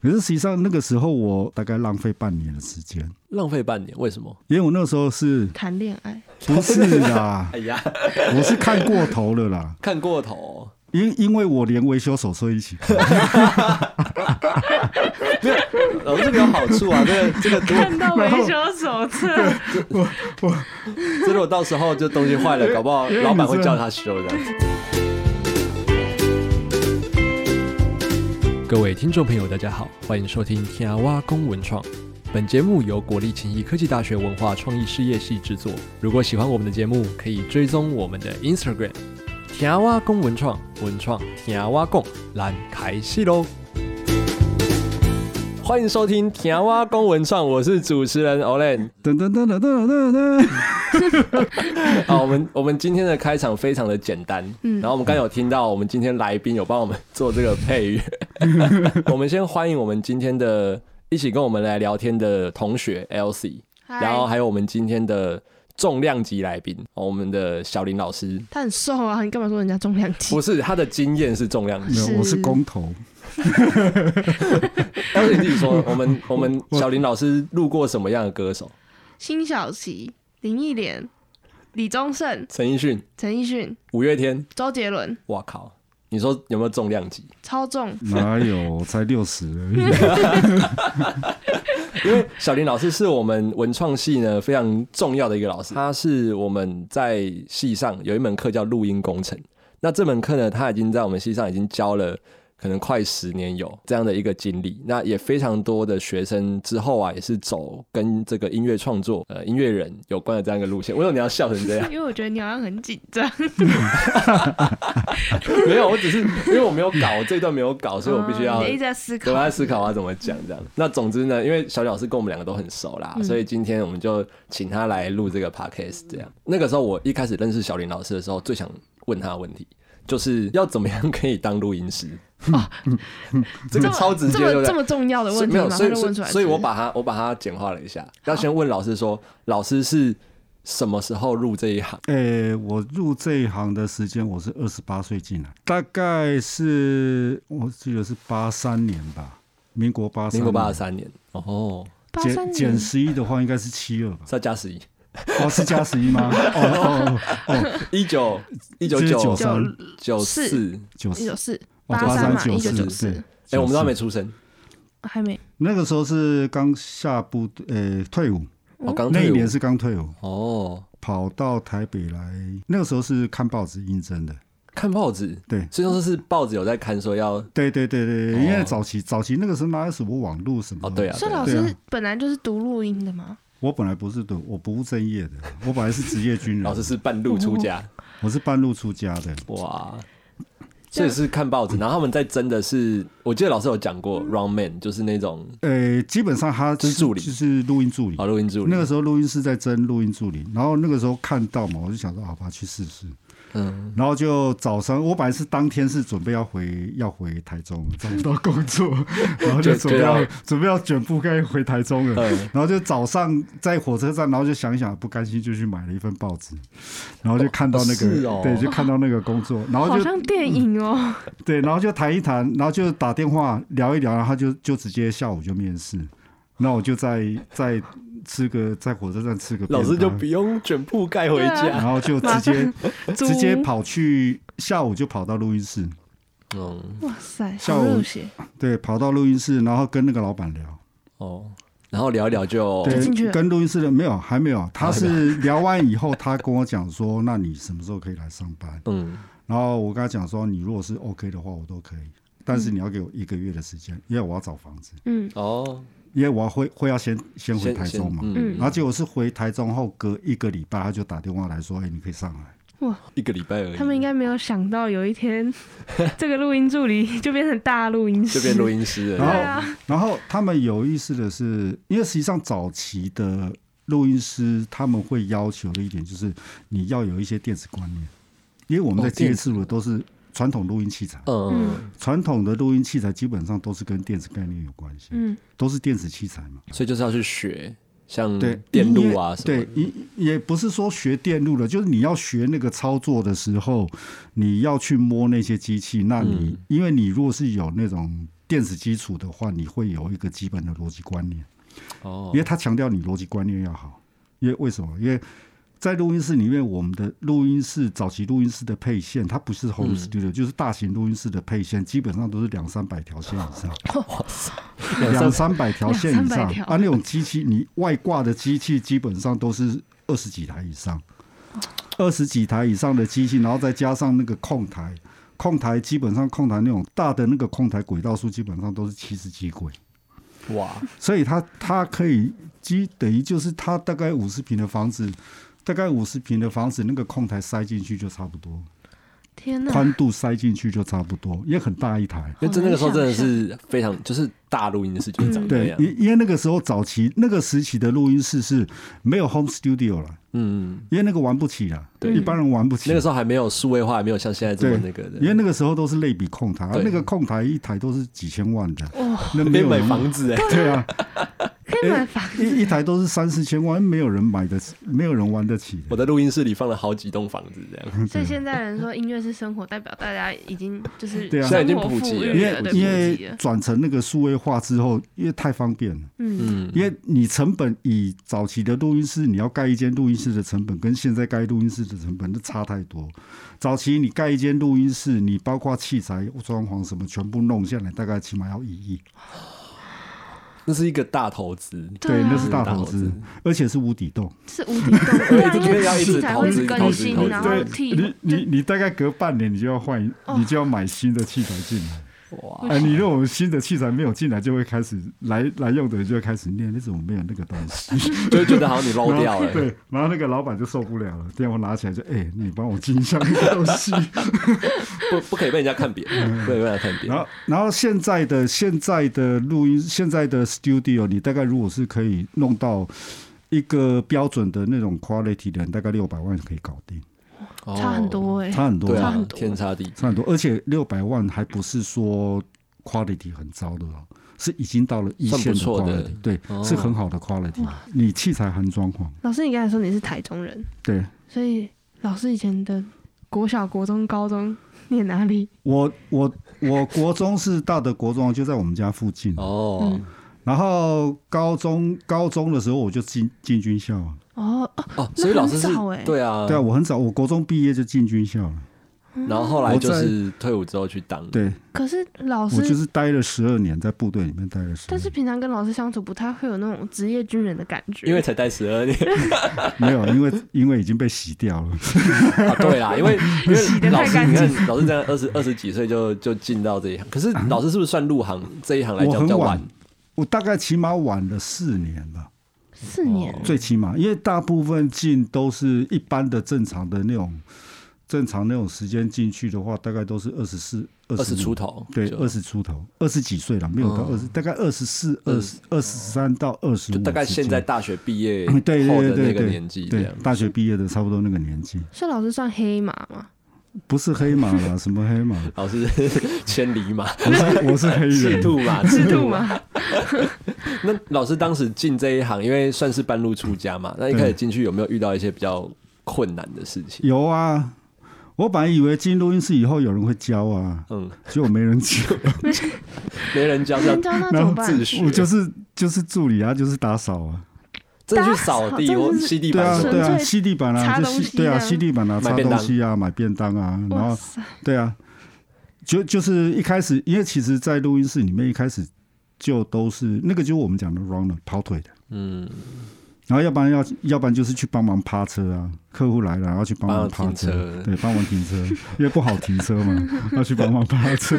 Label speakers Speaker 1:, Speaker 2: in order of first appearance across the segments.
Speaker 1: 可是实际上那个时候我大概浪费半年的时间，
Speaker 2: 浪费半年，为什么？
Speaker 1: 因为我那时候是
Speaker 3: 谈恋爱，
Speaker 1: 不是啦
Speaker 2: 哎？呀，
Speaker 1: 我是看过头了啦，
Speaker 2: 看过头，
Speaker 1: 因因为我连维修手册一起看，
Speaker 2: 哦，这个有好处啊，这个这个如果
Speaker 3: 看到维修手册，
Speaker 2: 这如果到时候就东西坏了，搞不好
Speaker 1: 因为你
Speaker 2: 老板会
Speaker 1: 是
Speaker 2: 叫他修的。各位听众朋友，大家好，欢迎收听《天涯蛙公文创》。本节目由国立勤益科技大学文化创意事业系制作。如果喜欢我们的节目，可以追踪我们的 Instagram“ 天涯蛙公文创”，文创“天涯蛙共”，咱开始喽！欢迎收听《天涯蛙公文创》，我是主持人 Olen。
Speaker 1: 噔噔噔噔噔噔噔，
Speaker 2: 好，我们我们今天的开场非常的简单，
Speaker 3: 嗯
Speaker 2: 然后我们刚有听到我们今天来宾有帮我们做这个配乐，我们先欢迎我们今天的一起跟我们来聊天的同学 Elsie，然后
Speaker 3: 嗨
Speaker 2: 还有我们今天的重量级来宾，哦我们的小林老师，
Speaker 3: 他很瘦啊，你干嘛说人家重量级
Speaker 2: 不？是他的经验是重量级
Speaker 1: 没有，我是
Speaker 3: 是
Speaker 1: 工头，
Speaker 2: ，Elsie 自己说，我们我们小林老师录过什么样的歌手？
Speaker 3: 辛晓琪、林忆莲、李宗盛、
Speaker 2: 陈奕迅、
Speaker 3: 陈奕迅、
Speaker 2: 五月天，
Speaker 3: 周杰伦，
Speaker 2: 哇靠！你说有没有重量级？
Speaker 3: 超重。
Speaker 1: 哪有？我才六十而已。
Speaker 2: 因为小林老师是我们文创系呢非常重要的一个老师，他是我们在系上有一门课叫录音工程。那这门课呢，他已经在我们系上已经教了可能快十年有这样的一个经历。那也非常多的学生之后啊，也是走跟这个音乐创作、呃音乐人有关的这样一个路线。为什么你要笑成这样？
Speaker 3: 因为我觉得你好像很紧张，
Speaker 2: 没有，我只是因为我没有搞我这段没有搞，所以我必须要、啊
Speaker 3: 嗯你一直在思考
Speaker 2: 我。在思考我要怎么讲这样。那总之呢，因为小李老师跟我们两个都很熟啦，
Speaker 3: 嗯
Speaker 2: 所以今天我们就请他来录这个 podcast。这样，那个时候我一开始认识小林老师的时候，最想问他的问题就是要怎么样可以当录音师？ 这个超直接，对
Speaker 3: 哦这
Speaker 2: 不
Speaker 3: 么这
Speaker 2: 对？
Speaker 3: 么重要的问题
Speaker 2: 没有，
Speaker 3: 吗？
Speaker 2: 所以
Speaker 3: 他就
Speaker 2: 所以
Speaker 3: 问出来是不是，
Speaker 2: 所以我把它我把它简化了一下，要先问老师说，老师是什么时候入这一行？
Speaker 1: 诶、哎我入这一行的时间我是二十八岁进来，大概是我记得是八三年吧，民国八三，
Speaker 2: 民国八十，三年哦，
Speaker 3: 八三
Speaker 1: 减
Speaker 3: 年
Speaker 1: 减十一的话应该是七二吧？
Speaker 2: 再加十一，
Speaker 1: 哦，是加十一吗？哦哦
Speaker 2: 一九一九
Speaker 1: 这是
Speaker 2: 九
Speaker 1: 九
Speaker 3: 九
Speaker 1: 三
Speaker 2: 九四，
Speaker 1: 九
Speaker 3: 一
Speaker 1: 四
Speaker 3: 九四
Speaker 1: 哦
Speaker 3: 八三嘛，
Speaker 1: 九
Speaker 3: 一九
Speaker 1: 四
Speaker 3: 九
Speaker 1: 对
Speaker 3: 四，
Speaker 2: 哎，我们都还没
Speaker 1: 94
Speaker 2: 出生，
Speaker 3: 还没
Speaker 1: 那个时候是刚下部队呃、退伍，
Speaker 3: 嗯
Speaker 2: 我哦刚
Speaker 1: 那
Speaker 2: 退
Speaker 1: 一
Speaker 2: 伍
Speaker 1: 年是刚退伍，
Speaker 2: 哦，
Speaker 1: 跑到台北来，那个时候是看报纸应征的，
Speaker 2: 看报纸，
Speaker 1: 对。
Speaker 2: 所以说是报纸有在看说要
Speaker 1: 对对对对，
Speaker 2: 哦
Speaker 1: 对因为早期早期那个时候哪有什么网络什么
Speaker 2: 哦，对啊，
Speaker 3: 所以
Speaker 2: 对啊
Speaker 3: 老
Speaker 1: 对啊
Speaker 3: 师本来就是读录音的嘛，
Speaker 1: 我本来不是的，我不务正业的，我本来是职业军人，
Speaker 2: 老师是半路出 家，
Speaker 1: 我是半路出家的。
Speaker 2: 哇，
Speaker 3: 这
Speaker 2: 所以
Speaker 3: 样
Speaker 2: 是看报纸，然后他们在真的是，我记得老师有讲
Speaker 3: 嗯
Speaker 2: 过 round man，就是那种
Speaker 1: 呃，基本上他
Speaker 2: 就是助理
Speaker 1: 就是录音助理
Speaker 2: 啊。录音助理
Speaker 1: 那，个时候录音师在争录音助理，然后那个时候看到嘛，我就想说，好吧，去试试。
Speaker 2: 嗯，
Speaker 1: 然后就早上，我本来是当天是准备要回要回台中了，找不到工 作，然后就
Speaker 2: 就
Speaker 1: 准备
Speaker 2: 就
Speaker 1: 要
Speaker 2: 要
Speaker 1: 准备要卷铺盖回台中了。
Speaker 2: 啊 嗯
Speaker 1: 然后就早上在火车站，然后就想一想不甘心，就去买了一份报纸，然后就看到那
Speaker 2: 哦是
Speaker 1: 个，
Speaker 2: 哦
Speaker 1: 对，就看到那个工作，然后
Speaker 3: 好
Speaker 1: 就
Speaker 3: 像电影哦，
Speaker 1: 对，然后就谈一谈，然后就打电话聊一聊，然后他就就直接下午就面试。那我就在在吃个在火车站吃个便
Speaker 2: 老
Speaker 1: 当，
Speaker 2: 师就不用卷铺盖回家，
Speaker 3: 啊
Speaker 1: 然后就直接
Speaker 3: 猪
Speaker 1: 嗯直接跑去下午就跑到录音室，
Speaker 2: 嗯，
Speaker 3: 哇塞，
Speaker 1: 下
Speaker 3: 好
Speaker 1: 午
Speaker 3: 热血，
Speaker 1: 对，跑到录音室，然后跟那个老板聊，
Speaker 2: 哦，然后聊一聊就
Speaker 3: 就哦进去
Speaker 1: 对，
Speaker 3: 了
Speaker 1: 跟录音室的没有还没 有，他是聊完以后，他跟我讲说，那你什么时候可以来上班？
Speaker 2: 嗯，
Speaker 1: 然后我跟他讲说，你如果是 OK 的话，我都可以，但是你要给我一个月的时间，因为我要找房子，
Speaker 3: 嗯，
Speaker 2: 哦，
Speaker 1: 因为我要会会要先先回台中嘛，啊
Speaker 2: 嗯
Speaker 3: 嗯
Speaker 1: 然后结果是回台中后隔一个礼拜，他就打电话来说：“哎、你可以上来。
Speaker 2: 一个礼拜而已，
Speaker 3: 他们应该没有想到有一天 这个录音助理就变成大录音
Speaker 2: 就
Speaker 3: 师，
Speaker 2: 变录 音师
Speaker 1: 然
Speaker 2: 了，嗯
Speaker 1: 后
Speaker 3: 对啊，”
Speaker 1: 然后他们有意思的是，因为实际上早期的录音师他们会要求的一点就是你要有一些电子观念，因为我们在
Speaker 2: 哦电
Speaker 1: 接触的都是传统录音器材，
Speaker 2: 嗯，
Speaker 1: 传统的录音器材基本上都是跟电子概念有关系，
Speaker 3: 嗯，
Speaker 1: 都是电子器材嘛。
Speaker 2: 所以就是要去学像
Speaker 1: 对，
Speaker 2: 嗯电路啊什么
Speaker 1: 对
Speaker 2: 的，，
Speaker 1: 也也不是说学电路了，就是你要学那个操作的
Speaker 2: 嗯
Speaker 1: 时候，你要去摸那些机器。那你、因为你如果是有那种电子基础的话，你会有一个基本的逻辑观念，
Speaker 2: 哦
Speaker 1: 因为他强调你逻辑观念要好。因为为什么？因为在录音室里面，我们的录音室早期录音室的配线，它不是
Speaker 3: 嗯
Speaker 1: home studio，、就是大型录音室的配线，基本上都是两三百条线以上。
Speaker 2: 哇塞，
Speaker 1: 两三百条线以
Speaker 3: 两三
Speaker 1: 上
Speaker 3: 百条
Speaker 1: 啊，那种机器你外挂的机器基本上都是二十几台以上，二十几台以上的机器，然后再加上那个控台，控台基本上控台那种大的那个控台轨道数基本上都是七十几轨，
Speaker 2: 哇，
Speaker 1: 所以它它可以基等于就是它大概五十平的房子。大概五十平的房子，那个控台塞进去就差不多，
Speaker 3: 天哪，
Speaker 1: 宽度塞进去就差不多，也很大一台。
Speaker 2: 因为真那个时候真的是非常，就是大录音室就是
Speaker 3: 嗯
Speaker 2: 长这
Speaker 1: 对，
Speaker 2: 样，
Speaker 1: 因因为那个时候早期那个时期的录音室是没有 home studio 了，
Speaker 2: 嗯，
Speaker 1: 因为那个玩不起了，
Speaker 2: 对
Speaker 1: 一般人玩不起。啊
Speaker 2: 那个时候还没有数位化，还没有像现在这
Speaker 1: 对
Speaker 2: 么那个的，
Speaker 1: 因为那个时候都是类比控台，啊
Speaker 2: 对哦
Speaker 1: 那个控台一台都是几千万的，
Speaker 3: 哇，
Speaker 1: 那没
Speaker 2: 没
Speaker 1: 有
Speaker 2: 买
Speaker 1: 人
Speaker 2: 房子哎、
Speaker 1: 对啊，
Speaker 3: 可以买房子，
Speaker 1: 一一台都是三四千万，没有人买得起，没有人玩得起
Speaker 2: 我
Speaker 1: 的。
Speaker 2: 在录音室里放了好几栋房子这
Speaker 1: 哎
Speaker 2: 样，
Speaker 3: 所以现在人说音乐是生活，代表大家已经就是
Speaker 1: 对啊
Speaker 2: 现在已经
Speaker 3: 生活
Speaker 2: 普及
Speaker 3: 富
Speaker 2: 了
Speaker 1: 因
Speaker 3: 裕
Speaker 1: 为
Speaker 3: 了，对，
Speaker 1: 因
Speaker 3: 普及
Speaker 1: 为
Speaker 3: 了，
Speaker 1: 转成那个数位化之后，因为太方便了。
Speaker 3: 嗯，
Speaker 2: 嗯，
Speaker 1: 因为你成本以早期的录音室，你要盖一间录音室的成本跟现在盖录音室的成本都差太多。早期你盖一间录音室，你包括器材、装潢什么全部弄下来，大概起码要一亿，
Speaker 2: 那是一个大投资，
Speaker 1: 对，
Speaker 3: 啊
Speaker 1: 那是大投资，而且是无底洞。
Speaker 3: 是无底 洞，对啊，因
Speaker 2: 因为要一
Speaker 3: 为
Speaker 2: 直
Speaker 3: 器材
Speaker 2: 投
Speaker 3: 会一
Speaker 2: 资
Speaker 3: 直
Speaker 2: 投资
Speaker 3: 更新
Speaker 2: 投，资
Speaker 3: 然后
Speaker 1: 对
Speaker 3: 替
Speaker 1: 你你你大概隔半年你就要换，
Speaker 3: 哦
Speaker 1: 你就要买新的器材进来。
Speaker 2: 哇，
Speaker 1: 哎，你如果新的器材没有进来，就会开始来来用的人就会开始念，你怎么没有那个东西？
Speaker 2: 就会觉得好像你漏掉欸 了、
Speaker 1: 对，然后那个老板就受不了了，电话拿起来就，哎、你帮我进一下那个东 西。
Speaker 2: 不不可以被人家看扁，
Speaker 3: 嗯
Speaker 2: 不可以被人家看
Speaker 1: 然
Speaker 2: 扁。
Speaker 1: 后，然后现在的现在的录音，现在的 studio，你大概如果是可以弄到一个标准的那种 quality 的人，大概六百万可以搞定，
Speaker 2: 哦
Speaker 3: 差很，多哎，
Speaker 1: 差很多，
Speaker 2: 对
Speaker 3: 差
Speaker 2: 啊
Speaker 3: 很，多
Speaker 2: 天差地
Speaker 1: 差很多。而且六百万还不是说 quality 很糟的哦，是已经到了一线
Speaker 2: 算不错的
Speaker 1: quality，对，
Speaker 2: 哦
Speaker 1: 是很好的 quality。你器材含装潢，
Speaker 3: 老师，你刚才说你是台中人，
Speaker 1: 对
Speaker 3: 所以老师以前的国小、国中、高中念哪里？
Speaker 1: 我我我国中是大的国中，啊就在我们家附近。
Speaker 2: 哦
Speaker 3: 嗯
Speaker 1: 然后高中高中的时候我就进进军校了，
Speaker 3: 哦哦，
Speaker 2: 哦，所以老师是
Speaker 3: 那很早欸
Speaker 2: 对啊
Speaker 1: 对啊，，我很早，我国中毕业就进军校了，
Speaker 2: 然后后来就是退伍之后去当，
Speaker 1: 对
Speaker 3: 可哦是老
Speaker 1: 我就
Speaker 3: 师，
Speaker 1: 是待了十二年，在部队里面待了十二
Speaker 3: 但是平常跟老师相处不太会有那种职业军人的感觉，
Speaker 2: 因为才待十二年
Speaker 1: 年，没有，因为因为已经被洗掉了，
Speaker 2: 啊，对啦，因为因
Speaker 3: 洗
Speaker 2: 为
Speaker 3: 得
Speaker 2: 老
Speaker 3: 太
Speaker 2: 师
Speaker 3: 干
Speaker 2: 你
Speaker 3: 净
Speaker 2: 看老师这样二十二十几岁就就进到这一行，可是老师是不是算入行这一行来
Speaker 1: 啊我
Speaker 2: 讲比
Speaker 1: 很
Speaker 2: 较
Speaker 1: 晚？，我大概起码晚了四年了，
Speaker 3: 四年
Speaker 2: 哦
Speaker 1: 最起码，因为大部分进都是一般的正常的那种正常那种时间进去的话，大概都是二十四、二
Speaker 2: 二十出。头，
Speaker 1: 对，
Speaker 2: 就嗯
Speaker 1: 二十出头，二十几岁了，没有到二十、大概二十四、二十二十三到二十五，
Speaker 2: 就大概现在大学毕业
Speaker 1: 对对
Speaker 2: 后的
Speaker 1: 对
Speaker 2: 那
Speaker 1: 对
Speaker 2: 个
Speaker 1: 对，
Speaker 2: 年纪这
Speaker 1: 对
Speaker 2: 样，，
Speaker 1: 大学毕业的差不多那个年纪，
Speaker 3: 所以老师算黑马嘛？
Speaker 1: 不是黑马 啦，什么黑马？
Speaker 2: 老师 千里马、
Speaker 1: 我是我是黑
Speaker 2: 赤
Speaker 1: 人，
Speaker 2: 兔马、
Speaker 3: 制
Speaker 2: 赤
Speaker 3: 度
Speaker 2: 兔马。
Speaker 3: 嘛，
Speaker 2: 那老师当时进这一行，因为算是半路出家嘛，那一开始进去有没有遇到一些比较困难的事情？
Speaker 1: 有啊。我本来以为进录音室以后有人会教啊，
Speaker 2: 嗯，
Speaker 1: 结果没人教，
Speaker 2: 没人教，
Speaker 3: 人 教那怎么办？
Speaker 2: 自学
Speaker 1: 我就是就是助理啊，就是打扫啊，
Speaker 2: 真的去扫地
Speaker 3: 打扫
Speaker 2: 或
Speaker 3: 真是
Speaker 2: 吸地
Speaker 1: 对
Speaker 2: 板
Speaker 1: 啊
Speaker 2: 什么
Speaker 1: 对
Speaker 2: 的，
Speaker 1: 啊，
Speaker 3: 纯粹
Speaker 1: 吸地板啊，
Speaker 3: 擦
Speaker 1: 就
Speaker 3: 东
Speaker 1: 吸
Speaker 3: 西
Speaker 1: 对啊，
Speaker 3: 啊
Speaker 1: 吸地板啊，
Speaker 2: 买
Speaker 1: 擦
Speaker 2: 便当
Speaker 1: 东西啊，买便当啊，然
Speaker 3: 哇
Speaker 1: 后
Speaker 3: 塞，
Speaker 1: 对啊，就就是一开始，因为其实，在录音室里面一开始就都是那个，就是我们讲的 runner 跑腿的，
Speaker 2: 嗯，
Speaker 1: 然后要不然要要不然就是去帮忙趴车啊，客户来了然后去帮忙
Speaker 2: 帮
Speaker 1: 趴
Speaker 2: 忙停车
Speaker 1: 对，帮忙停车，因为不好停车嘛，要去帮忙趴车。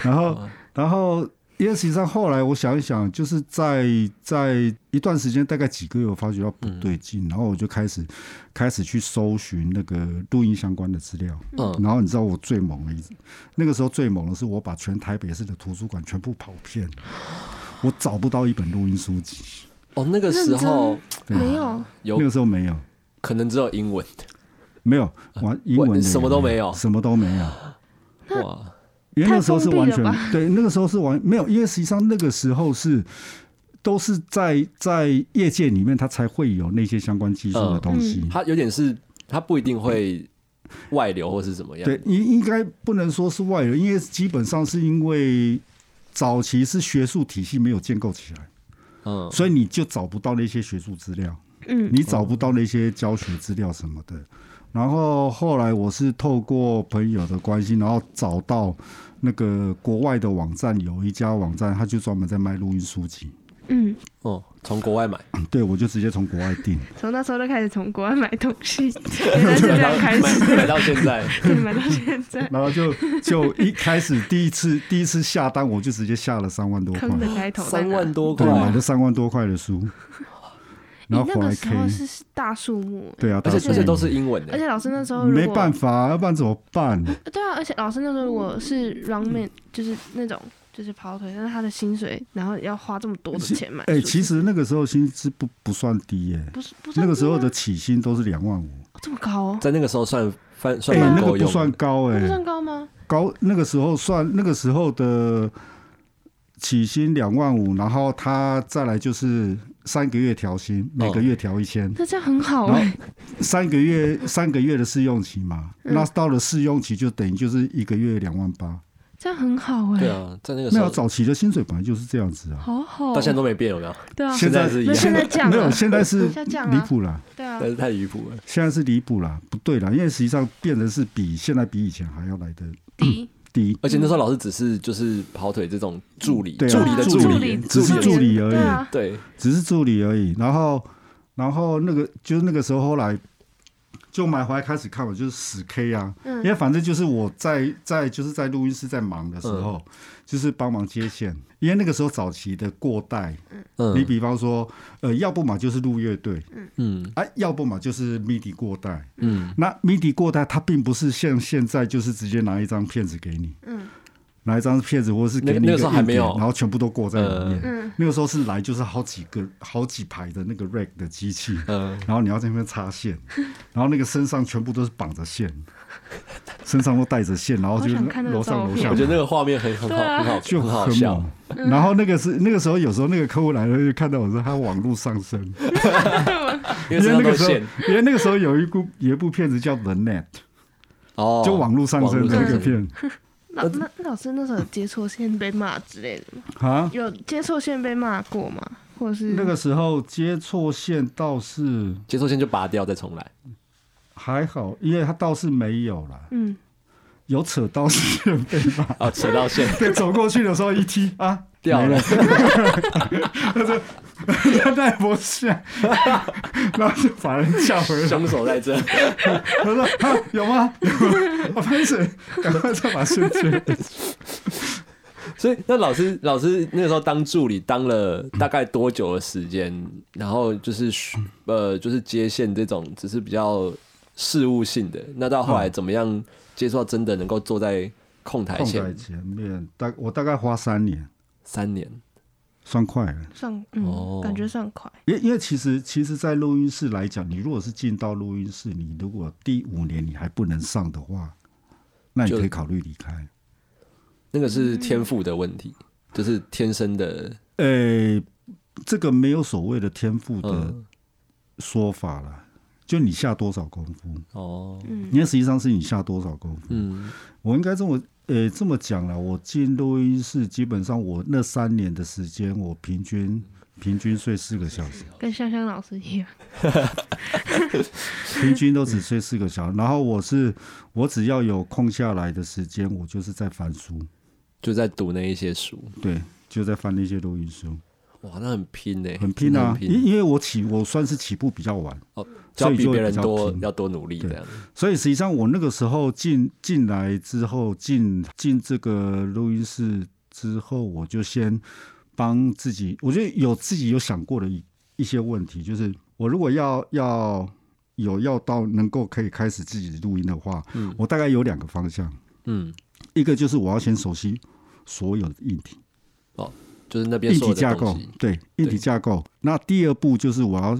Speaker 1: 然后然后，因为实际上后来我想一想，就是在在一段时间，大概几个月，我发觉到不对劲，然后我就开始开始去搜寻那个录音相关的资料。
Speaker 2: 嗯
Speaker 1: 然后你知道我最猛的一，那个时候最猛的是我把全台北市的图书馆全部跑遍，我找不到一本录音书籍，
Speaker 2: 哦，那个时候
Speaker 1: 对
Speaker 3: 没有，
Speaker 2: 有
Speaker 1: 那个时候没有。
Speaker 2: 可能只有英文，
Speaker 1: 没有，完英文的也
Speaker 2: 呃什么都没有
Speaker 1: 什么都没有。
Speaker 2: 哇，
Speaker 1: 因为那时候是完
Speaker 3: 太封闭了
Speaker 1: 全对，那个时候是完没有，因为实际上那个时候是都是在在业界里面，它才会有那些相关技术的东西。
Speaker 2: 他有点是，他不一定会外流或是怎么样，
Speaker 1: 对，应应该不能说是外人，因为基本上是因为早期是学术体系没有建构起来，
Speaker 2: 嗯，
Speaker 1: 所以你就找不到那些学术资料，
Speaker 3: 嗯
Speaker 1: 你找不到那些教学资料什么的。然后后来我是透过朋友的关系，然后找到那个国外的网站，有一家网站，它就专门在卖录音书籍。
Speaker 3: 嗯，
Speaker 2: 哦，从国 外买，
Speaker 1: 对，我就直接从国外订。
Speaker 3: 从那时候就开始从国外买东西，原来是这样开始
Speaker 2: 买买到现在，
Speaker 3: 对买到现在，
Speaker 1: 然后就就一开始第一次第一次下单，我就直接下了三万多块
Speaker 3: 坑，的开 头在
Speaker 2: 三
Speaker 3: 哪。
Speaker 2: 万多块
Speaker 1: 对，，买了三万多块的书，
Speaker 3: 你
Speaker 1: 然后
Speaker 3: 那
Speaker 1: 后
Speaker 3: 个
Speaker 1: 来
Speaker 3: 时候
Speaker 1: K，
Speaker 3: 是是大数目欸，
Speaker 1: 对啊，
Speaker 2: 而且
Speaker 1: 大数
Speaker 2: 而且都
Speaker 1: 目
Speaker 2: 是英文的，
Speaker 3: 而且老师那时候
Speaker 1: 没办
Speaker 3: 法，
Speaker 1: 法，要不然怎么办？
Speaker 3: 对啊，而且老师那时候如果是 run man，就是那种就是跑腿，但是他的薪水，然后要花这么多的钱买书，
Speaker 1: 哎，其实那个时候薪资不不算低耶，
Speaker 3: 不是不啊是
Speaker 1: 那个时候的起薪都是两万五，
Speaker 3: 这么高哦，
Speaker 2: 在那个时候算算
Speaker 1: 哎，
Speaker 2: 算蛮
Speaker 1: 那个
Speaker 2: 够
Speaker 1: 不
Speaker 2: 啊用
Speaker 1: 算
Speaker 2: 的，
Speaker 1: 高
Speaker 3: 那不
Speaker 1: 哎，
Speaker 3: 算高吗？
Speaker 1: 高那个时候算那个时候的起薪两万五，然后他再来就是三个月调薪，
Speaker 2: 哦
Speaker 1: 每个月调一千。
Speaker 3: 那这样很好
Speaker 1: 然
Speaker 3: 哎，
Speaker 1: 后三个月三个月的试用期嘛，
Speaker 3: 嗯
Speaker 1: 那到了试用期就等于就是一个月两万八，
Speaker 3: 这样很好哎、
Speaker 2: 对啊，在那个
Speaker 1: 没
Speaker 2: 时
Speaker 1: 有
Speaker 2: 候
Speaker 1: 早期的薪水本来就是这样子啊。
Speaker 3: 好好哦，
Speaker 2: 到现在都没变，有没有？
Speaker 3: 对啊，
Speaker 1: 现在
Speaker 2: 是一
Speaker 3: 那
Speaker 2: 样，
Speaker 3: 现在降
Speaker 1: 没有，
Speaker 3: 了，
Speaker 1: 现在是
Speaker 3: 下降
Speaker 1: 离
Speaker 3: 啊，
Speaker 1: 谱啦，
Speaker 3: 对啊
Speaker 2: 但，是太离谱了，
Speaker 1: 现在是离谱啦，不对啦，因为实际上变得是比现在比以前还要来的
Speaker 3: 低，
Speaker 1: 低，
Speaker 2: 而且那时候老师只是就是跑腿这种助理，
Speaker 1: 对啊
Speaker 2: 助理的
Speaker 1: 助理
Speaker 2: 理，
Speaker 1: 只是
Speaker 2: 助理
Speaker 1: 助理而已
Speaker 3: 对啊，
Speaker 2: 对，
Speaker 1: 只是助理而已。然后，然后那个就是那个时候后来就买回来开始看，我就是死 K 啊，因
Speaker 3: 嗯，
Speaker 1: 为反正就是我在在就是在录音室在忙的时候，就是帮忙接线，因为那个时候早期的过带。你
Speaker 2: 嗯
Speaker 1: 比方说，呃，要不嘛就是录乐队，
Speaker 2: 嗯
Speaker 1: 啊，要不嘛就是 MIDI 过带。
Speaker 2: 嗯，
Speaker 1: 那 MIDI 过带它并不是像现在就是直接拿一张片子给你，
Speaker 3: 嗯
Speaker 1: 拿一张片子或是给你
Speaker 2: 那个
Speaker 1: 一
Speaker 2: 那个时候还
Speaker 1: 硬碟
Speaker 2: 没有呃
Speaker 1: 然后全部都过在里面。
Speaker 3: 嗯，
Speaker 1: 那个时候是来就是好几个、好几排的那个 rack 的机器，
Speaker 2: 嗯，
Speaker 1: 然后你要在那边插线，然后那个身上全部都是绑着线，身上都带着线，然后就
Speaker 3: 好想看那个
Speaker 1: 楼上
Speaker 3: 照
Speaker 1: 楼
Speaker 3: 片嗯
Speaker 1: 下
Speaker 2: 我觉得那个画面很很好
Speaker 3: 对啊
Speaker 2: 很好
Speaker 1: 就
Speaker 2: 很好
Speaker 1: 很
Speaker 2: 笑
Speaker 1: 猛，。然后那个是那个时候，有时候那个客户来了就看到我说他网络上升，
Speaker 2: 因为
Speaker 1: 因
Speaker 2: 身
Speaker 1: 为那
Speaker 2: 上都
Speaker 1: 个
Speaker 2: 是
Speaker 1: 时候
Speaker 2: 线，
Speaker 1: 因为那个时候有一部有一部片子叫《The Net
Speaker 2: 哦》，，
Speaker 1: 就网络上升的那个片
Speaker 3: 那那那老师那时候有接错线被骂之类的吗？
Speaker 1: 啊。
Speaker 3: 有接错线被骂过吗？或者是
Speaker 1: 那个时候接错线倒是
Speaker 2: 接收线就拔掉再重来，
Speaker 1: 还好，因为他倒是没有啦，
Speaker 3: 嗯，
Speaker 1: 有扯到线被 骂。
Speaker 2: 哦，扯到线
Speaker 1: 对，走过去的时候一踢啊，
Speaker 2: 掉
Speaker 1: 没
Speaker 2: 了
Speaker 1: 了，他 在脖下，然后就把人叫回来。
Speaker 2: 凶手 在这，
Speaker 1: 他说啊，有吗？ 有吗？我拍水，赶快再把线 接回来。
Speaker 2: 所以那老师老师那个时候当助理当了大概多久的时间？然后就是学呃就是接线这种只是比较事务性的，那到后来怎么样接触到真的能够坐在控台
Speaker 1: 空在
Speaker 2: 前
Speaker 1: 前面，大我大概花三年，
Speaker 2: 三年？
Speaker 1: 算快了。
Speaker 3: 算嗯、
Speaker 2: 哦
Speaker 3: 感觉算快，
Speaker 1: 因为因为其实其实，在录音室来讲，你如果是进到录音室，你如果第五年你还不能上的话，那你
Speaker 2: 就
Speaker 1: 可以考虑离开。
Speaker 2: 那个是天赋的问题，就是天生的，
Speaker 1: 呃，这个没有所谓的天赋的
Speaker 2: 嗯，
Speaker 1: 说法啦，就你下多少功夫，
Speaker 2: 哦，
Speaker 3: 嗯
Speaker 1: 因为实际上是你下多少功夫。
Speaker 2: 嗯，
Speaker 1: 我应该这么呃这么讲啦，我进录音室基本上我那三年的时间，我平均平均睡四个小时。
Speaker 3: 跟香香老师一样，
Speaker 1: 平均都只睡四个小时。然后我是我只要有空下来的时间，我就是在翻书，
Speaker 2: 就在读那一些书，
Speaker 1: 对，就在翻那些录音书，
Speaker 2: 哇，那很拼呢，
Speaker 1: 很拼啊。
Speaker 2: 真的
Speaker 1: 因因为我起我算是起步比较晚，
Speaker 2: 哦，就
Speaker 1: 嗯所
Speaker 2: 要
Speaker 1: 以
Speaker 2: 比
Speaker 1: 就会
Speaker 2: 别人
Speaker 1: 比较
Speaker 2: 多，
Speaker 1: 拼
Speaker 2: 要多努力这
Speaker 1: 对
Speaker 2: 样。
Speaker 1: 所以实际上我那个时候进进来之后，进进这个录音室之后，我就先帮自己，我觉得有自己有想过的一一些问题，就是我如果要要。有要到能够可以开始自己录音的话，
Speaker 2: 嗯
Speaker 1: 我大概有两个方向，
Speaker 2: 嗯，
Speaker 1: 一个就是我要先熟悉所有的硬体，
Speaker 2: 哦就是那边
Speaker 1: 硬
Speaker 2: 所
Speaker 1: 体
Speaker 2: 有
Speaker 1: 架
Speaker 2: 的
Speaker 1: 构
Speaker 2: 东西，，
Speaker 1: 对，硬体架构。那第二步就是我要，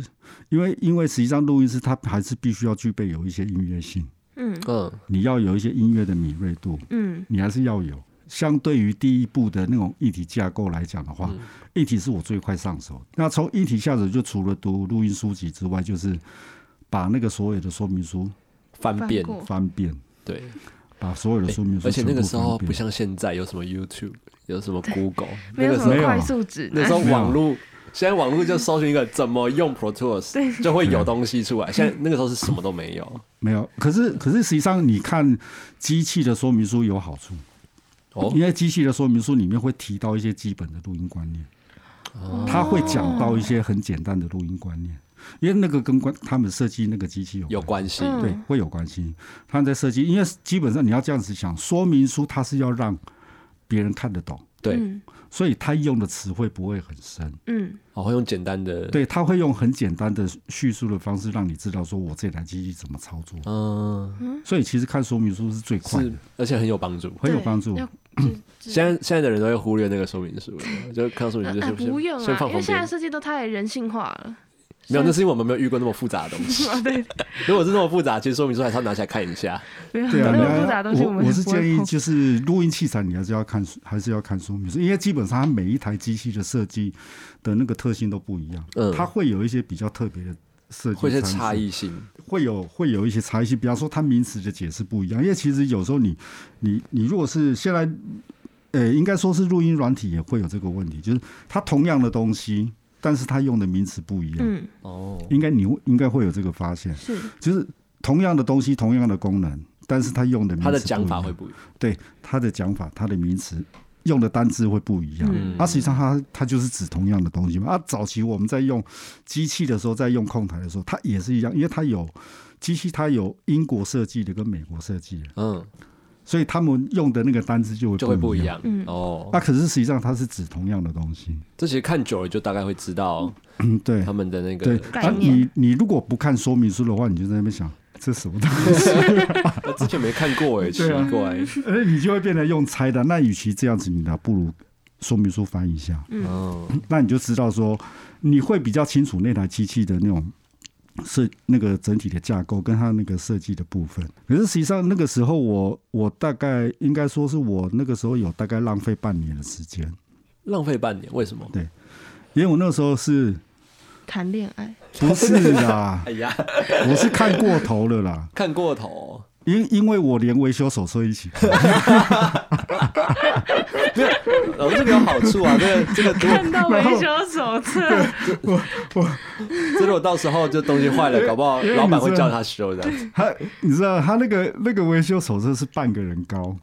Speaker 1: 因为因为实际上录音师他还是必须要具备有一些音乐性，
Speaker 3: 嗯
Speaker 2: 嗯，
Speaker 1: 你要有一些音乐的敏锐度，
Speaker 3: 嗯
Speaker 1: 你还是要有。相对于第一步的那种硬体架构来讲的话，
Speaker 2: 嗯
Speaker 1: 硬体是我最快上手。那从硬体下手，就除了读录音书籍之外，就是把那个所有的说明书
Speaker 2: 翻遍
Speaker 3: 翻，过
Speaker 1: 翻遍，
Speaker 2: 对，
Speaker 1: 把所有的说明书
Speaker 2: 而且
Speaker 1: 全
Speaker 2: 那
Speaker 1: 部
Speaker 2: 个时候
Speaker 1: 翻
Speaker 2: 不
Speaker 1: 遍。
Speaker 2: 像现在有什么 YouTube，有什么 Google，那
Speaker 3: 没有
Speaker 2: 个
Speaker 3: 什
Speaker 2: 时候
Speaker 1: 没
Speaker 3: 么
Speaker 1: 有
Speaker 3: 快速指
Speaker 2: 那时
Speaker 3: 南。
Speaker 2: 候网络，现在网络就搜寻一个怎么用 Pro
Speaker 3: 对
Speaker 2: Tools，就会有东西出来。现在那个时候是什么都没有，
Speaker 1: 没有，可是可是实际上你看机器的说明书有好处，
Speaker 2: 哦
Speaker 1: 因为机器的说明书里面会提到一些基本的录音观念，他会讲到一些很简单的录音观念，因为那个跟关他们设计那个机器有
Speaker 2: 有
Speaker 1: 关。
Speaker 2: 关系。
Speaker 3: 嗯
Speaker 1: 对，会有关系。他们在设计，因为基本上你要这样子想，说明书它是要让别人看得懂，
Speaker 2: 对，
Speaker 3: 嗯
Speaker 1: 所以他用的词汇不会很深。
Speaker 3: 嗯
Speaker 2: 我哦会用简单的，
Speaker 1: 对，他会用很简单的叙述的方式让你知道说我这台机器怎么操作。
Speaker 2: 嗯，
Speaker 1: 所以其实看说明书是最快的
Speaker 2: 是，，而且很有帮助。
Speaker 1: 很有
Speaker 3: 对
Speaker 1: 帮助
Speaker 3: 要。
Speaker 2: 现在现在的人都会忽略那个说明书了，就看说明书
Speaker 3: 哎，
Speaker 2: 就先
Speaker 3: 不用
Speaker 2: 先
Speaker 3: 啊，
Speaker 2: 放
Speaker 3: 因为
Speaker 2: 旁
Speaker 3: 现在
Speaker 2: 边。
Speaker 3: 设计都太人性化了。
Speaker 2: 没有，那是因为我们没有遇过那么复杂的东西。
Speaker 3: 啊，对，
Speaker 2: 如果是那么复杂，其实说明书还是要拿起来看 一下。
Speaker 3: 没有
Speaker 1: 对啊，
Speaker 3: 那
Speaker 1: 你
Speaker 3: 么复杂的
Speaker 1: 要
Speaker 3: 东西，
Speaker 1: 我
Speaker 3: 们
Speaker 1: 我是
Speaker 3: 不会
Speaker 1: 建议
Speaker 3: 碰
Speaker 1: 就是录音器材你还是要看， 还是要看说明书，因为基本上它每一台机器的设计的那个特性都不一样，
Speaker 2: 嗯
Speaker 1: 它会有一些比较特别的设计，
Speaker 2: 会一些差，异性。
Speaker 1: 会有会有一些差异性，比方说它名词的解释不一样，因为其实有时候你你你如果是现在，呃，应该说是录音软体也会有这个问题，就是它同样的东西，但是它用的名词不一样，
Speaker 3: 嗯，
Speaker 2: 哦，
Speaker 1: 应该你会应该会有这个发现。
Speaker 3: 是
Speaker 1: 就是同样的东西，同样的功能，但是它用的名
Speaker 2: 他的
Speaker 1: 词
Speaker 2: 讲法
Speaker 1: 不一
Speaker 2: 会
Speaker 1: 样
Speaker 2: 不一样。
Speaker 1: 对它的讲法，它的名词用的单字会不一样。
Speaker 2: 嗯
Speaker 1: 啊，实际上它它就是指同样的东西嘛。啊，早期我们在用机器的时候，在用控台的时候，它也是一样，因为它有机器，它有英国设计的跟美国设计的，
Speaker 2: 嗯，
Speaker 1: 所以他们用的那个单字就会
Speaker 2: 就会不
Speaker 1: 一
Speaker 2: 一
Speaker 1: 样。啊
Speaker 2: 样。
Speaker 3: 嗯
Speaker 2: 哦，
Speaker 1: 那、可是实际上它是指同样的东西，
Speaker 2: 这其实看久了就大概会知道
Speaker 1: 嗯，对
Speaker 2: 他，们的那
Speaker 1: 对
Speaker 2: 个。。
Speaker 3: 概
Speaker 1: 啊，
Speaker 3: 念
Speaker 1: 你你如果不看说明书的话，你就在那边想这什么东西。
Speaker 2: 啊 之前没看过哎，奇
Speaker 1: 对啊
Speaker 2: 怪。
Speaker 1: 而且你就会变得用猜的。那与其这样子，你倒不如说明书翻一下，
Speaker 3: 嗯
Speaker 2: 嗯，
Speaker 1: 那你就知道说，你会比较清楚那台机器的那种设那个整体的架构跟它那个设计的部分。可是实际上那个时候我，我大概应该说是我那个时候有大概浪费半年的时间，
Speaker 2: 浪费半年，为什么？
Speaker 1: 因为我那个时候是
Speaker 3: 谈恋爱，
Speaker 1: 不是啦
Speaker 2: 哎？呀，
Speaker 1: 我是看过头了啦，
Speaker 2: 看过头。
Speaker 1: 因因为我连维修手册一起看，
Speaker 2: 哦，这个有好处啊，这个这个如果
Speaker 3: 看到维修手册，
Speaker 2: 这如果到时候就东西坏了，搞不好
Speaker 1: 因为
Speaker 2: 老板会
Speaker 1: 你知道
Speaker 2: 叫他修的。
Speaker 1: 他你知道他那个那个维修手册是半个人高，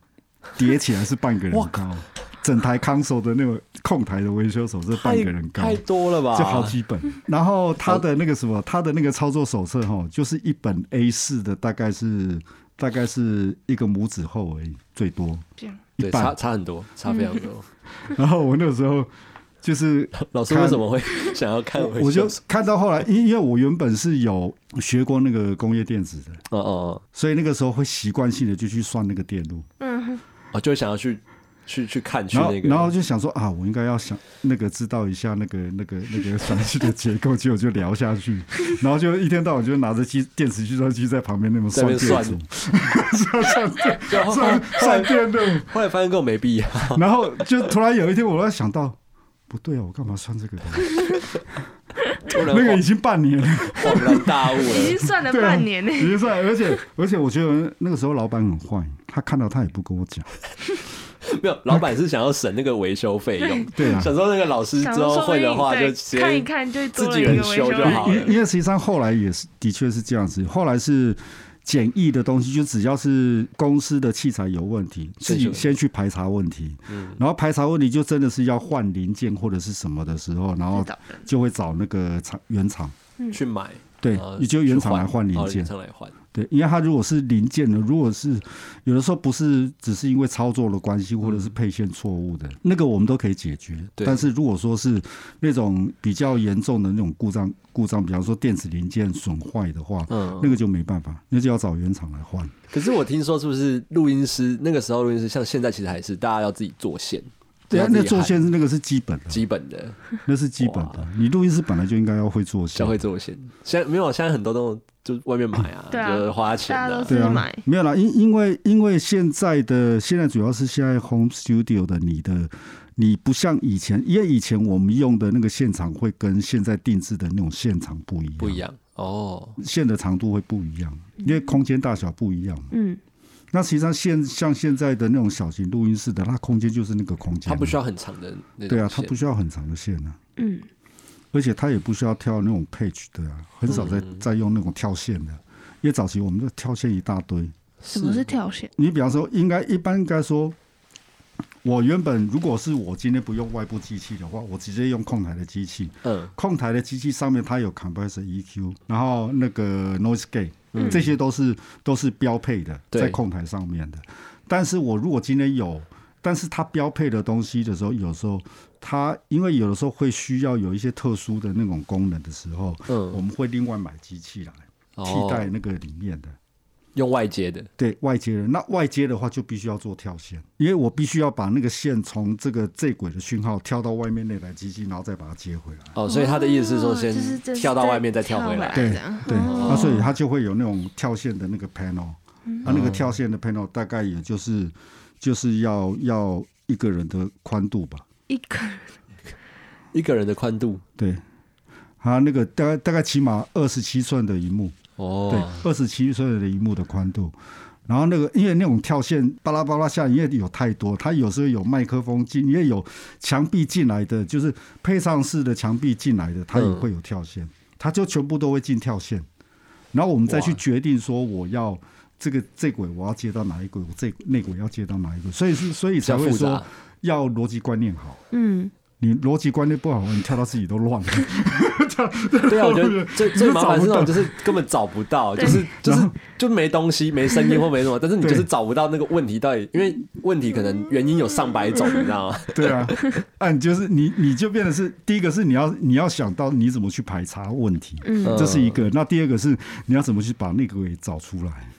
Speaker 1: 叠起来是半个人高，整台 console 的那个控台的维修手册半
Speaker 2: 太
Speaker 1: 个人高，
Speaker 2: 太多了吧？
Speaker 1: 就好几本。然后他的那个什么，他的那个操作手册哈，就是一本 A 四的，大概是大概是一个拇指厚而已，最多
Speaker 3: 这样
Speaker 1: 一
Speaker 2: 对，差
Speaker 1: 半。
Speaker 2: 差很多，差非常多。
Speaker 1: 然后我那个时候就是
Speaker 2: 老师
Speaker 1: 看
Speaker 2: 为什么会 想要看维修？
Speaker 1: 我就看到后来，因因为我原本是有学过那个工业电子的，
Speaker 2: 哦哦
Speaker 1: 所以那个时候会习惯性的就去算那个电路。
Speaker 3: 嗯，
Speaker 2: 哦，就会想要去去去看去
Speaker 1: 然后
Speaker 2: 那，个，
Speaker 1: 然后就想说啊，我应该要想那个知道一下那个 那个那个详细的结构，结果就聊下去， 然后就一天到晚就拿着机电池计算机在旁边那么
Speaker 2: 在那
Speaker 1: 算
Speaker 2: 边
Speaker 1: 电
Speaker 2: 算
Speaker 1: 阻、
Speaker 2: 然后后来
Speaker 1: 算 算电路，
Speaker 2: 后来发现根本没必要。
Speaker 1: 然后就突然有一天，我突然想到，不对啊，我干嘛算这个东 西？
Speaker 2: 突然
Speaker 1: 那个已
Speaker 2: 恍
Speaker 1: 经半年了，
Speaker 2: 恍然大悟
Speaker 3: 已经
Speaker 2: 了，
Speaker 3: 算了
Speaker 1: 对啊，
Speaker 3: 半年呢。
Speaker 1: 已经算，而且而且我觉得那个时候老板很坏，他看到他也不跟我讲，
Speaker 2: 没有，老板是想要省那个维修费用，
Speaker 1: 对啊，
Speaker 2: 想说那个老师之
Speaker 3: 想说
Speaker 2: 后
Speaker 3: 说不
Speaker 2: 会
Speaker 3: 定
Speaker 2: 的话就
Speaker 3: 对
Speaker 2: 直
Speaker 3: 看一
Speaker 2: 接
Speaker 3: 看就
Speaker 2: 自
Speaker 3: 多了
Speaker 2: 己
Speaker 3: 一
Speaker 2: 人
Speaker 3: 个维
Speaker 2: 修
Speaker 3: 修
Speaker 2: 就
Speaker 3: 人
Speaker 2: 好了
Speaker 1: 因因为实际上后来也是，的确是这样子。后来是简易的东西，就只要是公司的器材有问题，自
Speaker 2: 先去
Speaker 1: 己先去排查问题，
Speaker 2: 嗯
Speaker 1: 然后排查问题就真的是要换零件或者是什么的时候，然后
Speaker 3: 知道了
Speaker 1: 就会找那个厂原厂，
Speaker 2: 去买，
Speaker 1: 对
Speaker 2: 然后，
Speaker 1: 你就原厂
Speaker 2: 哦去
Speaker 1: 来换零
Speaker 2: 哦
Speaker 1: 件
Speaker 2: 原，厂来换，
Speaker 1: 对，因为它如果是零件的，如果是有的时候不是只是因为操作的关系，或者是配线错误的，那个我们都可以解决。
Speaker 2: 嗯对
Speaker 1: 但是如果说是那种比较严重的那种故障，故障，比方说电子零件损坏的话，那
Speaker 2: 嗯。
Speaker 1: 个就没办法，那就要找原厂来换。
Speaker 2: 可是我听说是不是录音师那个时候录音师像现在其实还是大家要自己做线，
Speaker 1: 对啊
Speaker 2: 要，自己
Speaker 1: 那做
Speaker 2: 焊
Speaker 1: 线那个是基本的，
Speaker 2: 基本的
Speaker 1: 那是基本的
Speaker 2: 哇。
Speaker 1: 你录音师本来就应该要会做线
Speaker 2: 教，会做线，现在没有，现在很多都就外面买啊，
Speaker 3: 对啊
Speaker 2: 就是花钱
Speaker 3: 大家
Speaker 2: 啊
Speaker 3: 都，
Speaker 1: 对
Speaker 3: 自己
Speaker 1: 啊
Speaker 3: 买，
Speaker 1: 没有啦，因因为因为现在的现在主要是现在 home studio 的你的，你不像以前，因为以前我们用的那个线长会跟现在定制的那种线长不一样，
Speaker 2: 不一样哦。
Speaker 1: 线的长度会不一样，因为空间大小不一样嘛。
Speaker 3: 嗯，
Speaker 1: 那实际上现像现在的那种小型录音室的，它空间就是那个空间嘛，
Speaker 2: 它不需要很长的那种
Speaker 1: 对啊，它
Speaker 2: 线
Speaker 1: 不需要很长的线啊，
Speaker 3: 嗯，
Speaker 1: 而且它也不需要挑那种 page 的啊，很少在
Speaker 2: 嗯
Speaker 1: 在用那种跳线的，因为早期我们都挑线一大堆。
Speaker 3: 什么是跳线？
Speaker 1: 你比方说，应该一般应该说，我原本如果是我今天不用外部机器的话，我直接用控台的机器，
Speaker 2: 嗯
Speaker 1: 控台的机器上面它有 compressor、EQ，然后那个 noise gate，、
Speaker 2: 嗯
Speaker 1: 这些都是都是标配的，
Speaker 2: 对
Speaker 1: 在控台上面的。但是我如果今天有，但是它标配的东西的时候，有时候它因为有的时候会需要有一些特殊的那种功能的时候，
Speaker 2: 嗯
Speaker 1: 我们会另外买机器来替
Speaker 2: 哦
Speaker 1: 代那个里面的。
Speaker 2: 用外接的，
Speaker 1: 对外接的，那外接的话就必须要做跳线，因为我必须要把那个线从这个这轨的讯号跳到外面那台机器，然后再把它接回来。
Speaker 2: 哦，所以他的意思是说，
Speaker 3: 哦
Speaker 2: 先
Speaker 3: 就是这是
Speaker 2: 跳到
Speaker 3: 在
Speaker 2: 外面再跳回来
Speaker 3: 来，
Speaker 1: 对
Speaker 3: 这样
Speaker 1: 对，
Speaker 3: 哦
Speaker 1: 那所以它就会有那种跳线的那个 panel，
Speaker 3: 嗯
Speaker 1: 它那个跳线的 panel 大概也就是就是要要一个人的宽度吧，
Speaker 3: 一个人
Speaker 2: 一个人的宽度
Speaker 1: 对，它那个大概大概起码二十七寸的荧幕，对
Speaker 2: 哦，，
Speaker 1: 二十七寸的荧幕的宽度。然后那个，因为那种跳线巴拉巴拉下，因为有太多，它有时候有麦克风进，因为有墙壁进来的，就是配上式的墙壁进来的，它也
Speaker 2: 嗯
Speaker 1: 会有跳线，它就全部都会进跳线。然后我们再去
Speaker 2: 哇
Speaker 1: 决定说我要这个这轨我要接到哪一轨，我这那轨要接到哪一轨，所以是所以
Speaker 2: 比较
Speaker 1: 才会
Speaker 2: 复
Speaker 1: 说
Speaker 2: 杂，
Speaker 1: 要逻辑观念好。
Speaker 3: 嗯，
Speaker 1: 你逻辑观念不好，你跳到自己都乱了。
Speaker 2: 对啊，我 觉得最最麻烦是那种就是根本找不到，
Speaker 3: 对
Speaker 2: 就是就是
Speaker 1: 然后
Speaker 2: 就没东西、没声音或没什么，但是你
Speaker 1: 对
Speaker 2: 就是找不到那个问题到底，因为问题可能原因有上百种，你 知道吗？
Speaker 1: 对啊，啊，你就是你，你就变得是第一个是你要你要想到你怎么去排查问题，
Speaker 3: 嗯
Speaker 1: 这是一个。那第二个是你要怎么去把那个给找出来。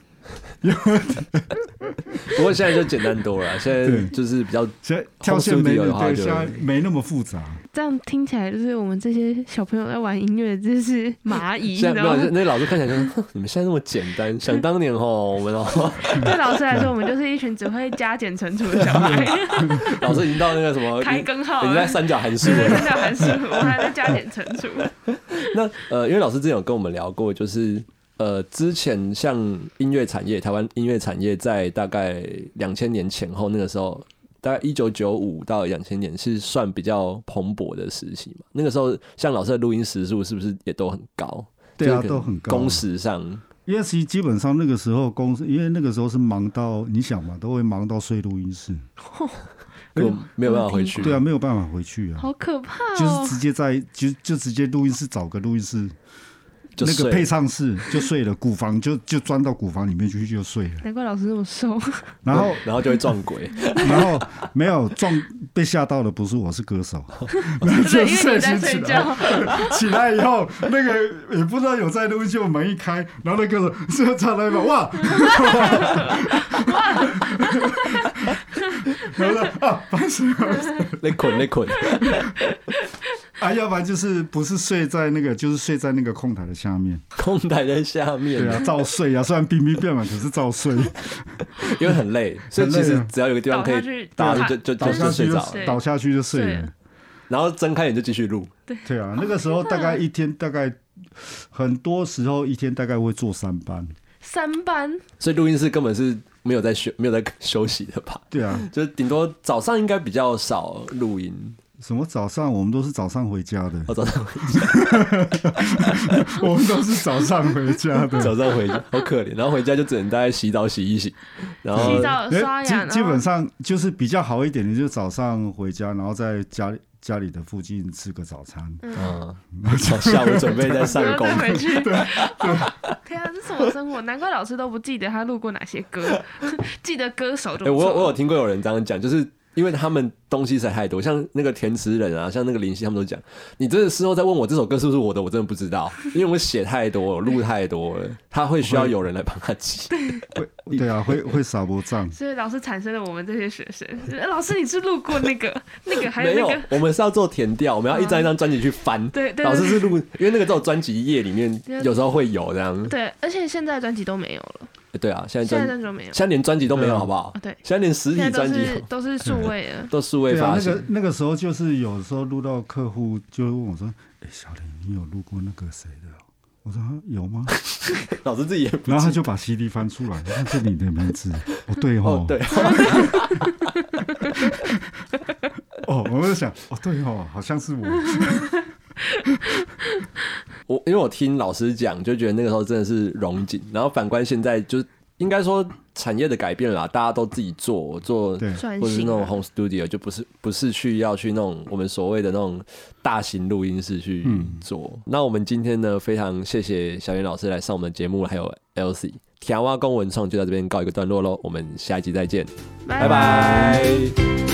Speaker 2: 不过现在就简单多了，啊现在
Speaker 1: 对
Speaker 2: 就是比较
Speaker 1: 所以跳线没
Speaker 2: Home studio
Speaker 1: 那
Speaker 2: 的话
Speaker 1: 对，
Speaker 2: 就
Speaker 1: 现在没那么复杂。
Speaker 3: 这样听起来就是我们这些小朋友在玩音乐，就是蚂蚁，你知
Speaker 2: 现在没有
Speaker 3: 道吗？
Speaker 2: 那老师看起来就是哼你们现在那么简单，想当年哦，我们哦，
Speaker 3: 对老师来说，我们就是一群只会加减乘除的小 孩，
Speaker 2: 老师已经到那个什么
Speaker 3: 开根号
Speaker 2: 已经在
Speaker 3: 了。
Speaker 2: 三角函数
Speaker 3: 对对，
Speaker 2: 了。
Speaker 3: 真的函数，我们还在加减乘除。
Speaker 2: 那呃，因为老师之前有跟我们聊过，就是呃，之前像音乐产业，台湾音乐产业在大概两千年前后那个时候，大概一九九五到两千年是算比较蓬勃的时期嘛。那个时候，像老师的录音时数是不是也都很高？
Speaker 1: 对啊
Speaker 2: 就是可能
Speaker 1: 都很高
Speaker 2: 工时上，
Speaker 1: 因为其 E 实基本上那个时候公司，因为那个时候是忙到你想嘛，都会忙到睡录音室。
Speaker 2: 就没有办法回
Speaker 3: 嗯
Speaker 2: 去。
Speaker 1: 对啊，没有办法回去啊，
Speaker 3: 好可怕
Speaker 1: 就是
Speaker 3: 哦！
Speaker 1: 直接在就就直接录音室找个录音室，
Speaker 2: 就
Speaker 1: 那
Speaker 2: 睡
Speaker 1: 个配唱室就睡了， 鼓房就就钻到鼓房里面去就睡了。
Speaker 3: 难怪老师那 么瘦，
Speaker 1: 然后
Speaker 2: 然后就会 撞鬼，
Speaker 1: 然后没有撞被吓到的不是我是歌 手，然后
Speaker 3: 对，
Speaker 1: 就
Speaker 3: 因为你在
Speaker 1: 醒
Speaker 3: 睡
Speaker 1: 起来，
Speaker 3: 觉，
Speaker 1: 起来以后那个也不知道有在录音室，我门一开，然后那歌手 是唱那一版哇， 然后说啊，烦死了！
Speaker 2: 那捆那捆，
Speaker 1: 啊，要不然就是不是睡在那个，就是睡在那个空台的下面，
Speaker 2: 空台在下面
Speaker 1: 对，啊，照睡啊，虽然冰冰变满，可是照睡，
Speaker 2: 因为很累，所以
Speaker 1: 很累
Speaker 2: 其
Speaker 1: 啊
Speaker 2: 实只要有个地方可
Speaker 3: 倒下
Speaker 2: 以
Speaker 3: 去
Speaker 2: 搭着
Speaker 3: 躺
Speaker 2: 就就
Speaker 1: 倒
Speaker 2: 就
Speaker 1: 下
Speaker 2: 就
Speaker 1: 去
Speaker 2: 睡
Speaker 1: 就
Speaker 2: 着了，
Speaker 1: 倒下去就睡了。
Speaker 2: 然后睁开眼就继续录。
Speaker 1: 对啊，那个时候大概一天大概很多时候一天大概会做三班，
Speaker 3: 三班
Speaker 2: 所以录音室根本是没有在休没有在休息的吧？
Speaker 1: 对啊，
Speaker 2: 就是顶多早上应该比较少录音，
Speaker 1: 什么早上我们都是早上回家的，
Speaker 2: 哦早上
Speaker 1: 我们都是早上回家 的。
Speaker 2: 早上回家好可怜，然后回家就只能大概洗澡洗一洗，然后
Speaker 3: 洗澡刷牙，
Speaker 1: 基基本
Speaker 3: 然后
Speaker 1: 上就是比较好一点的，就是早上回家，然后在家里家里的附近吃个早餐。
Speaker 2: 嗯，然后下午准备再上
Speaker 3: 然后
Speaker 2: 工
Speaker 3: 再。回去。 天啊，这是什么生活？难怪老师都不记得他录过哪些歌， 记得歌手就
Speaker 2: 哎、
Speaker 3: 不
Speaker 2: 我
Speaker 3: 错
Speaker 2: 有我有听过有人这样讲，就是因为他们东西实在太多，像那个填词人啊，像那个林夕，他们都讲，你真的事后再问我这首歌是不是我的，我真的不知道，因为我写太多，我录太多了，他会需要有人来帮他记。
Speaker 1: 会对啊，会会撒波账。
Speaker 3: 所以老师产生了我们这些学生。呃 老师，你是路过 那个、那个，还
Speaker 2: 没
Speaker 3: 有
Speaker 2: 有
Speaker 3: 那个，，啊
Speaker 2: 我们是要做填调，我们要一张一张专辑去翻。
Speaker 3: 对对
Speaker 2: 老师
Speaker 3: 对
Speaker 2: 是录，因为那个只有专辑页里面
Speaker 3: 对
Speaker 2: 有时候会有这样。
Speaker 3: 对，而且现在专辑都没有了，
Speaker 2: 对啊，现在
Speaker 3: 现在
Speaker 2: 专
Speaker 3: 专辑都没有
Speaker 2: 现，在连专辑都没
Speaker 1: 对
Speaker 2: 有，
Speaker 1: 啊
Speaker 2: 好不好
Speaker 3: 啊？对
Speaker 2: 现在连实
Speaker 3: 现在
Speaker 2: 体
Speaker 3: 都
Speaker 2: 专辑
Speaker 3: 是都是数位了。
Speaker 2: 都数位
Speaker 1: 对啊，
Speaker 2: 发
Speaker 1: 那
Speaker 2: 行
Speaker 1: 个。那个时候就是有时候录到客户就问我说：“哎、小林，你有录过那个谁的哦？”我说啊有吗？
Speaker 2: 老师自己也不
Speaker 1: 然后他
Speaker 2: 记
Speaker 1: 就把 CD 翻出来，看这里的名字，哦对
Speaker 2: 哦
Speaker 1: 哦，，
Speaker 2: 对，
Speaker 1: 哦，我就想，哦对哦，好像是我，
Speaker 2: 我因为我听老师讲，就觉得那个时候真的是荣景。然后反观现在，就是应该说产业的改变啦，大家都自己做，我做
Speaker 1: 对
Speaker 3: 转
Speaker 2: 或者是那
Speaker 3: 型
Speaker 2: 种
Speaker 3: 啊，
Speaker 2: home studio，就不是不是去要去那种我们所谓的那种大型录音室去
Speaker 1: 嗯
Speaker 2: 做。那我们今天呢，非常谢谢小袁老师来上我们的节目，还有 Elsie。甜蛙公文创就到这边告一个段落喽，我们下一集再见，拜
Speaker 3: 拜
Speaker 2: 拜。